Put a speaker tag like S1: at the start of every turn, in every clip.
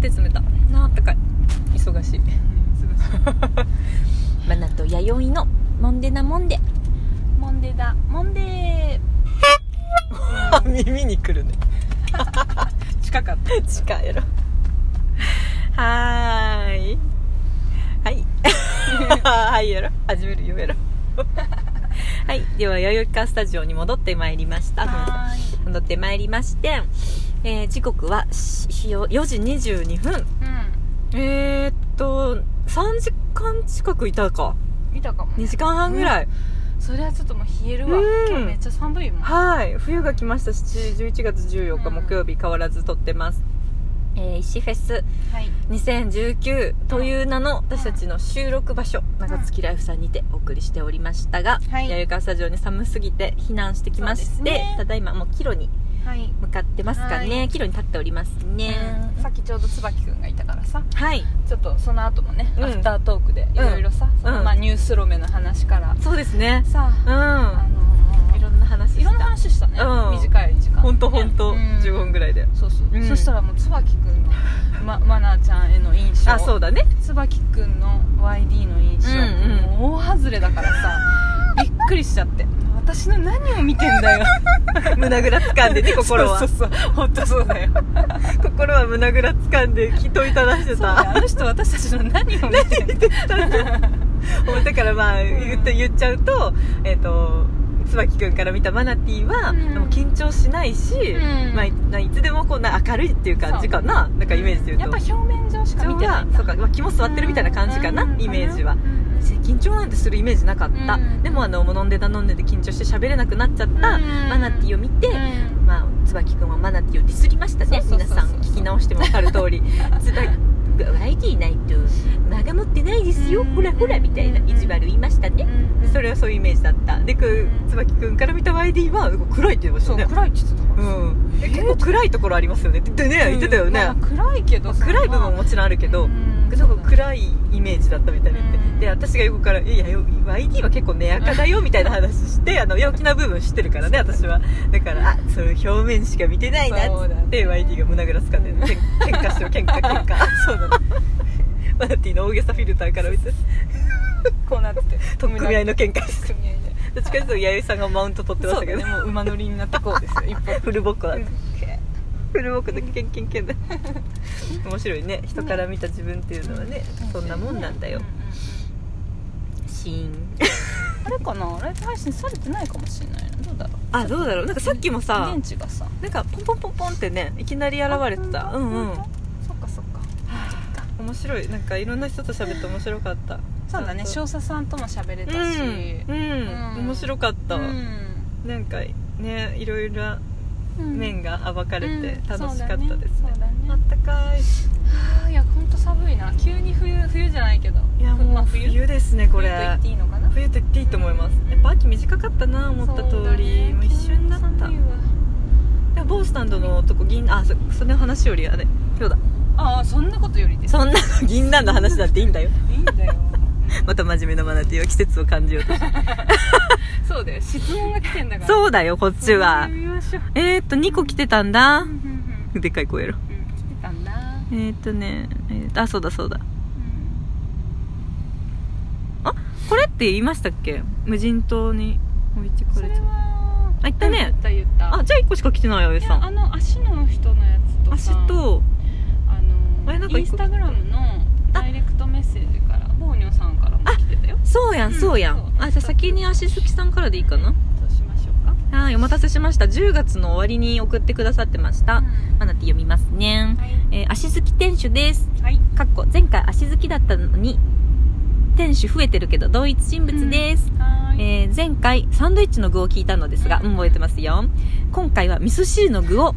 S1: 手冷たなあったかい忙しい
S2: うん忙しい
S1: マナと弥生のモンデナモンデ
S2: モンデだモンデ
S1: 耳にくるね
S2: ー近かった
S1: 近いやろはーいはい はいやろ始めるよや ろはいでは弥生カスタジオに戻ってまいりました
S2: はーい
S1: 戻ってまいりまして、えー時刻はし4時22分
S2: う
S1: えー、っと3時間近くいたか
S2: ん見たかも、ね、
S1: 2時間半ぐらい、
S2: それはちょっともう冷えるわ、
S1: うん
S2: 今日めっちゃ寒いもん
S1: はい冬が来ましたし11月14日
S2: うん
S1: 木曜日変わらず撮ってます、えー、石フェス
S2: はい
S1: 2019という名の私たちの収録場所長月ライフさんにてお送りしておりましたが、
S2: はい
S1: 弥生川スタジオに寒すぎて避難してきまし
S2: そ
S1: て、
S2: うですね
S1: ただいまもう帰路に
S2: はい、
S1: 向かってますか
S2: は
S1: ね帰路に立っておりますね、
S2: うんさっきちょうど椿くんがいたからさ
S1: はい
S2: ちょっとその後もね、
S1: うん
S2: アフタートークでいろいろさ、そのまあ、
S1: うん
S2: ニュースロメの話から
S1: そうですね
S2: さ
S1: うん
S2: あの
S1: いろんな話
S2: ー、いろんな話したね、
S1: うん
S2: 短い時間
S1: 本当本当
S2: ねうん
S1: 15分ぐらいで
S2: そうそう、
S1: うん
S2: そしたらもう椿くんの、ま、マナちゃんへの印象
S1: あそうだね
S2: 椿くんの YD の印象、
S1: うんうん
S2: もう大外れだからさびっくりしちゃって私の何を見てんだよ
S1: 胸ぐら掴んでね心は
S2: そうそうそう本当そうだよ
S1: 心は胸ぐら掴んで人いただして
S2: そうだよ
S1: た
S2: あの人私たちの何を見てんだよ
S1: だからまあ
S2: ん
S1: 言って言っちゃうとえっ、と椿君から見たマナティーは、
S2: うん
S1: でも緊張しないし、
S2: ん
S1: まあ、いないつでもこうな明るいっていう感じかななんかイメージで言うと
S2: やっぱ表面上しか見てないんだ
S1: そうか、まあ、気も座ってるみたいな感じかな、
S2: うん
S1: イメージは
S2: うん
S1: 緊張なんてするイメージなかった、
S2: うん
S1: でもあのもう飲んでた飲んでて緊張して喋れなくなっちゃった、
S2: うん
S1: マナティーを見て、
S2: うん
S1: まあ、椿君はマナティーをディスりましたね
S2: そうそうそうそう
S1: 皆さん聞き直しても分かる通 り椿ワイティーないと間が持ってないですよ
S2: うん
S1: ほらほらみたいな
S2: うん
S1: 意地悪言いましたね
S2: うん
S1: でそれはそういうイメージだったでく
S2: うん
S1: 椿君から見た YD はうわ暗いって言いまし
S2: そ
S1: たね
S2: う暗いって言ってたから
S1: うん、で結構暗いところありますよねってね言ってたよね、
S2: うんまあ暗いけどさ
S1: 暗い部分ももちろんあるけど、
S2: うん
S1: なんか暗いイメージだったみたいな言って、
S2: うん
S1: で私が横から「いやよ YD は結構寝やかだよ」みたいな話してあの陽気な部分知ってるからね私はだからあそういう表面しか見てないな
S2: そ
S1: っ
S2: う
S1: つ
S2: だね
S1: って、YD が胸ぐらつかんで、
S2: うん
S1: けん喧嘩してよ喧嘩 喧嘩
S2: そうだね
S1: マナティーの大げさフィルターから見て
S2: こうなってて
S1: 取っ組み合いの喧嘩です
S2: 組み合いで
S1: どっちかというと弥生さんがマウント取ってまし
S2: そ
S1: た
S2: う
S1: け
S2: だ
S1: ど、
S2: ねもう馬乗りになってこうですよ一歩
S1: フルボッコだった、
S2: うん
S1: フルボッコでケンケンケンだ 面白いね人から見た自分っていうのはね、そんなもんなんだよ、
S2: うう
S1: シーン
S2: んうんあれかなライブ配信されてないかもしれないなどうだろ
S1: あどうだろうなんかさっきも
S2: う
S1: さ
S2: 電池がさ
S1: なんかポンポンポンポンってねいきなり現れてた
S2: あ
S1: うんうん
S2: 本当そっかそっか
S1: 面白いなんかいろんな人と喋って面白かった
S2: そうだね
S1: ちょっ
S2: 少佐さんとも喋れ
S1: と
S2: た
S1: うん、
S2: し
S1: うん
S2: うん
S1: 面白かった、
S2: うん
S1: なんかねいろいろな
S2: うん
S1: 面が暴かれて
S2: うん
S1: 楽しかったですね,、
S2: そうだねそう
S1: あ
S2: だ
S1: っ
S2: ね
S1: たかい
S2: あーいや本当寒いな急に冬冬じゃないけど
S1: いや
S2: ま
S1: も
S2: あ
S1: う
S2: 冬
S1: 冬ですねこれ
S2: 冬と言っていいのかな
S1: 冬と言っていいと思いますやっぱ秋短かったな思った
S2: そう
S1: 通
S2: だ
S1: り、
S2: ね
S1: もう一瞬だった
S2: 寒いわ
S1: でも某スタンドのとこ銀あそその話よりあれ今日だ
S2: ああそんなことよりで す
S1: そんな銀杏の話だっていいんだよ
S2: いいんだよ
S1: また真面目なマナティーは季節を感じようとして
S2: そうだよ質問が来てんだからう
S1: そうだよこっちは
S2: 見ましょう
S1: えー、っと2個来てたんだ
S2: うんうんうん
S1: でっかい声やろ
S2: うん来てたんだ
S1: えー、っとね、えーっとあそうだそうだ
S2: うん
S1: あこれって言いましたっけ無人島に置いてか
S2: そ
S1: れ
S2: れ
S1: ちゃう
S2: は
S1: あ言ったね
S2: うん言った言った
S1: あじゃあ1個しか来てないよえ
S2: い
S1: さ
S2: やあ
S1: ん
S2: の足の人のやつとさ
S1: 足と
S2: あ
S1: あれなん
S2: の
S1: か
S2: インスタグラムのダイレクトメッセージからボーニョさんからも来てたよ
S1: そうやん
S2: うん
S1: そうやん、
S2: そう
S1: あじゃあ先に足好きさんからでいいかな
S2: そうしましょうか
S1: はいお待たせしました10月の終わりに送ってくださってました、
S2: うん
S1: マナティー読みますね、
S2: はい
S1: えー足好き店主です
S2: はい
S1: かっこ前回足好きだったのに店主増えてるけど同一人物です、
S2: はーい
S1: えー前回サンドイッチの具を聞いたのですが、
S2: うん
S1: うん覚えてますよ今回は味噌汁の具を、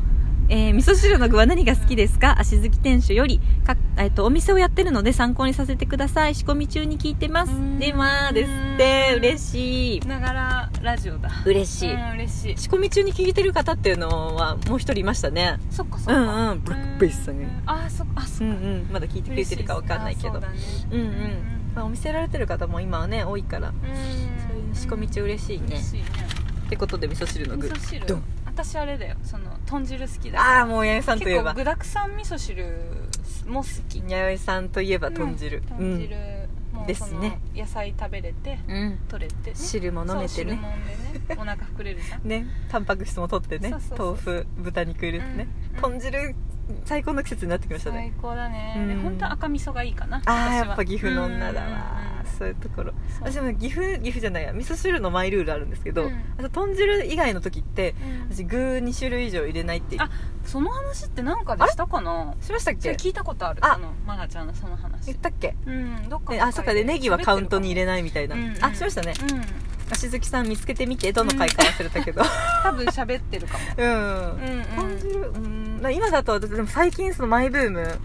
S1: えー味噌汁の具は何が好きですか足好き店主よりか、えっとお店をやってるので参考にさせてください仕込み中に聞いてます
S2: うん
S1: ではですって嬉しい
S2: ながらラジオだ
S1: 嬉しい、
S2: うん嬉しい
S1: 仕込み中に聞いてる方っていうのはもう一人いましたね
S2: そっかそっ
S1: う
S2: か
S1: んうんブラックベースさんが
S2: うあそっかあそ
S1: うん
S2: っ
S1: う
S2: か
S1: んまだ聞いてくれ
S2: 嬉して
S1: るかわかんないけど
S2: あそうだね
S1: うんうん、まあ、お店やられてる方も今はね多いから
S2: うん
S1: そういう仕込み中嬉しいね
S2: 嬉しいね
S1: ってことで味噌汁の
S2: 味
S1: 具
S2: 噌汁
S1: ドン
S2: 私あれだよその豚汁好きだ
S1: ああもう弥生さんといえ
S2: 結構
S1: ば
S2: 具だくさん味噌汁も好き
S1: 弥生さんといえば豚汁
S2: うん
S1: うん
S2: 豚汁、もう
S1: ですね
S2: その野菜食べれて
S1: うん
S2: 取れて、ね、
S1: 汁も飲めて
S2: そう汁飲
S1: ね
S2: んでねお腹膨れる じゃん
S1: ねタンパク質も取ってね
S2: そうそうそう
S1: 豆腐豚肉入れてね
S2: うん
S1: 豚汁最高の季節になってきましたね
S2: 最高だね、
S1: うん
S2: で本当赤味噌がいいかな
S1: ああ
S2: 私は
S1: やっぱ岐阜の女だ
S2: うんうんう
S1: わ
S2: ん
S1: そういうところ
S2: そう
S1: 私も岐阜岐阜じゃないや味噌汁のマイルールあるんですけど、
S2: うん
S1: あと豚汁以外の時って
S2: うん
S1: 私具2種類以上入れないって
S2: あその話ってなんかでしたかな
S1: しましたっ
S2: それ
S1: け
S2: 聞いたことある
S1: あ
S2: あのマナちゃんのその話
S1: 言ったっけ
S2: うんどっか
S1: ねあそっかでネギはカウントに入れないみたいな、
S2: うんうん
S1: あしましたね
S2: うん
S1: 足月さん見つけてみてどの回か忘れたけ ど
S2: 多分喋っ てるかも
S1: うん、
S2: うんうん
S1: 豚汁うんまあ今だと私でも最近そのマイブーム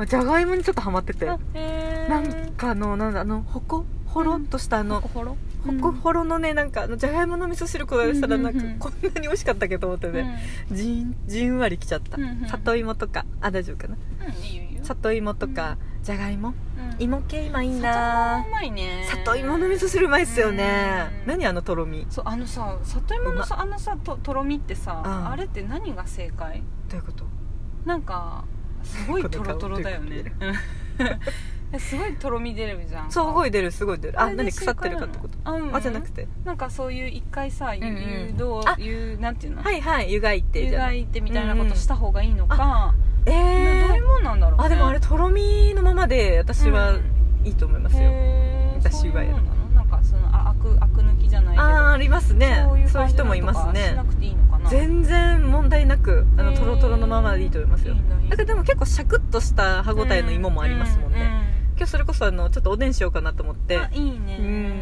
S2: うん
S1: じゃがいもにちょっとハマってて
S2: あへー
S1: なんかあのなんだあのほこほろっとしたあの、
S2: ほこほろ
S1: ほこほろのねなんかあのじゃがいもの味噌汁こだわりしたら
S2: うん
S1: な
S2: うんんうん
S1: かこんなに美味しかったっけと思って
S2: うんうん
S1: ね、じんじんわりきちゃった、
S2: うんうん
S1: 里芋とかあ大丈夫かな
S2: うんいいよいいよ
S1: 里芋とか、じゃがいも
S2: うん
S1: 芋系今いい
S2: 里
S1: な
S2: 芋うまいね
S1: 里芋の味噌汁うまいっすよね、
S2: うん
S1: 何あのとろみ
S2: そうあのさ里芋のさあのさととろみってさ、
S1: うん
S2: あれって何が正解
S1: どういうこと
S2: なんかすごいトロトロだよねうん すごいとろみ出るじゃん
S1: そうすごい出るすごい出るあ
S2: れで
S1: 何腐ってるかってこと
S2: 正解なのあ,、うん、
S1: あじゃなくて
S2: なんかそういう一回さ
S1: ん
S2: 誘
S1: うん
S2: 導
S1: あ
S2: 誘なんていうの
S1: はいはい湯がいて
S2: 湯
S1: じゃ
S2: が
S1: あ
S2: いてみたいなことした方がいいのか、
S1: え
S2: ねどうい
S1: え
S2: うもんなんだろう、ね、
S1: あでもあれとろみのままで私は
S2: うん
S1: いいと思いますよ、
S2: へー
S1: 私は
S2: そういうもんなのなんかそのあアクアク抜きじゃないけど
S1: ああありますね
S2: そういう
S1: そういう
S2: 感じ
S1: 人
S2: の
S1: もい
S2: とか
S1: ます
S2: し
S1: ね
S2: なくていいのかな
S1: 全然問題なくあの
S2: へー
S1: トロトロのままでいいと思いますよ
S2: いいんだいいん
S1: だ
S2: だ
S1: けどでも結構シャクッとした歯ごたえの芋もありますもんね、
S2: う
S1: 今日それこそあのちょっとおでんしようかなと思って
S2: うんあいいね
S1: うん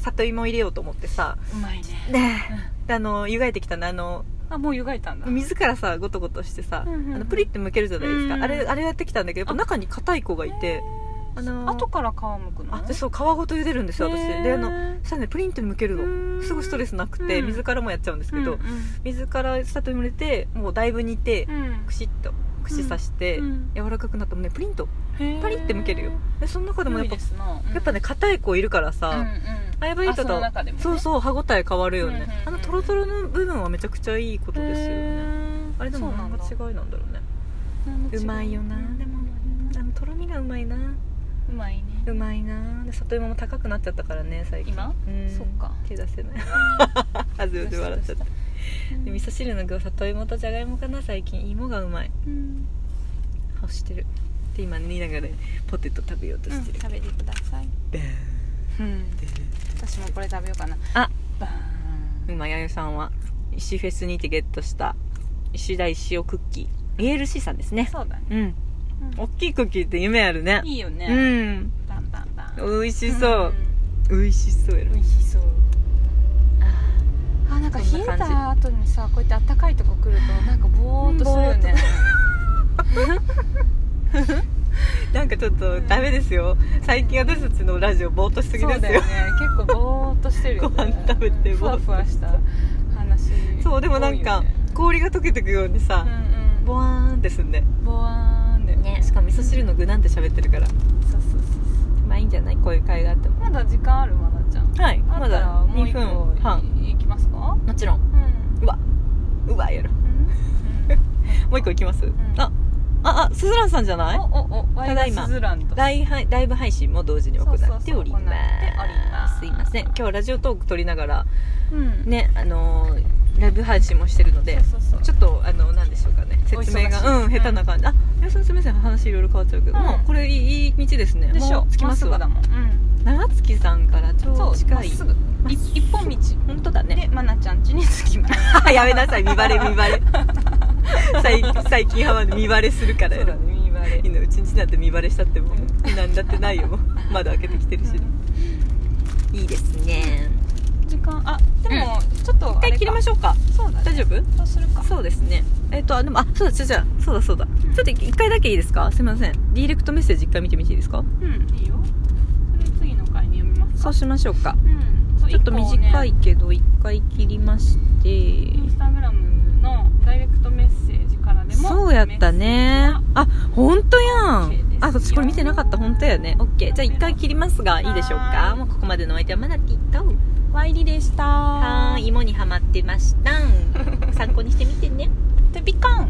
S1: 里芋入れようと思ってさ
S2: うまいね
S1: ねえであの湯がいてきたのあの
S2: あもう湯がいたんだ
S1: 水からさゴトゴトしてさ、
S2: うんうんうん
S1: あのプリって剥けるじゃないですか、
S2: うん
S1: あれあれやってきたんだけどやっぱ中に硬い子がいてあの
S2: 後から皮むくの
S1: あでそう皮ごと茹でるんですよ私
S2: へー
S1: であのそしたらねプリンって剥ける
S2: う
S1: の
S2: ん
S1: すごいストレスなくて
S2: うん
S1: 水からもやっちゃうんですけ
S2: うん
S1: ど、水から里芋入れてもうだいぶ煮て、
S2: うんうん
S1: くしっと串刺して、
S2: うん
S1: 柔らかくなったもんねプリンと
S2: へー
S1: パリって剥けるよでその中でもやっぱ
S2: 良いですな
S1: やっぱね硬い子いるからさ、
S2: うんうん
S1: あやばい
S2: あ
S1: と
S2: その中でもね
S1: そうそう歯ごたえ変わるよね、
S2: うんうんうん
S1: あのトロトロの部分はめちゃくちゃいいことですよね
S2: へー
S1: あれでも
S2: そうな
S1: 何が
S2: んだ
S1: 違いなんだろうね
S2: 何の違
S1: うまいよなでもあのとろみがうまいな
S2: うまいね
S1: うまいなで里芋も高くなっちゃったからね最近
S2: 今
S1: うん
S2: そっか
S1: 手出せ ないあずで笑っちゃった
S2: うん
S1: で味噌汁の具は里芋とじゃがいもかな最近芋がうまい
S2: うん
S1: 干してるで今煮ながらポテト食べようと
S2: うん
S1: してる、
S2: 食べてください
S1: バーン
S2: う
S1: っ
S2: ん
S1: て
S2: 私もこれ食べようかな
S1: あ
S2: バーン
S1: 今やよさんは石フェスにてゲットした石田石尾クッキー ELC さんですね
S2: そうだね
S1: うん
S2: うん
S1: 大きいクッキーって夢あるね
S2: いいよね
S1: うん
S2: バンバンバン
S1: 美味しそう、美味しそうや
S2: うん
S1: ろ
S2: 美味しそうあなんか冷え
S1: こんな
S2: た後にさこうやって暖かいとこ来るとなんかぼーっとするよね
S1: なんかちょっとダメですよ最近私たちのラジオぼーっとしすぎです
S2: そう
S1: よ
S2: だよね結構ぼーっとしてるよ、ね、
S1: ご飯食べて
S2: うんふわふわした話
S1: そうでもなんか、
S2: 多いよね
S1: 氷が溶けてくようにさ、
S2: うん
S1: ボワーンってすんで
S2: うん、ぼわーんだよね
S1: ねしかも味噌汁の具なんて喋ってるから
S2: そうそうそう
S1: まあいいんじゃないこういう会があっても
S2: まだ時間あるまだちゃん
S1: はいま
S2: あったら
S1: だ
S2: もう
S1: 2
S2: 一個
S1: 分半
S2: いいきますか
S1: もちろん
S2: うんうん
S1: うわうわやろもう一個いきます、
S2: ん
S1: あああすずらんさんじゃない
S2: おおおワイ
S1: ただ
S2: ナ
S1: いま
S2: スズランと
S1: ライハイライブ配信も同時に行っております
S2: そうそうそう行っております
S1: いません今日はラジオトーク撮りながら
S2: うん
S1: ねあのーライブ配信もしてるので
S2: そうそうそう
S1: ちょっとあの何でしょうかね説明が
S2: お忙しい
S1: うん下手な感じ、あ皆さんすみません話いろいろ変わっちゃうけど、
S2: うん
S1: もうこれいいいい道ですね
S2: でしょ
S1: もう着きます
S2: まっ
S1: わ
S2: ぐだもん、うん、
S1: 長月さんから
S2: そ
S1: 超
S2: う
S1: 近い
S2: まっすぐい一本道
S1: 本当だ
S2: で
S1: ね
S2: まなちゃん家に着きます
S1: やめなさい見バレ見バ レ最最近はまだ見バレするからやろ
S2: 見バレ
S1: いいのうちんちなんて見バレしたってもうなんだってないよもう窓開けてきてるし、いいですね
S2: 時間あでも、ちょっと
S1: 一回切りま
S2: し
S1: しょうか
S2: ょうそうだ、ね、
S1: 大丈夫
S2: そうするか
S1: そうですねえっ、とあでもあそうだ違う違うそうだそうだ、
S2: ん
S1: ちょっと一回だけいいですかすいませんディレクトメッセージ一回見てみていいですか
S2: うんいいよそれ次の回に読みます
S1: そうしましょうか
S2: うんそう
S1: ちょっと
S2: 一個をね
S1: 短いけど一回切りまして
S2: インスタグラムのダイレクトメッセージからでも
S1: そうやったねあ本当やん
S2: OK
S1: あ私これ見てなかった本当やね OK じゃあ一回切りますがいいでしょう
S2: は
S1: か
S2: ーい
S1: もうここまでのお相手はマナティと
S2: メワイリでした
S1: はーい芋にはまってましたん参考にしてみてね
S2: てピカン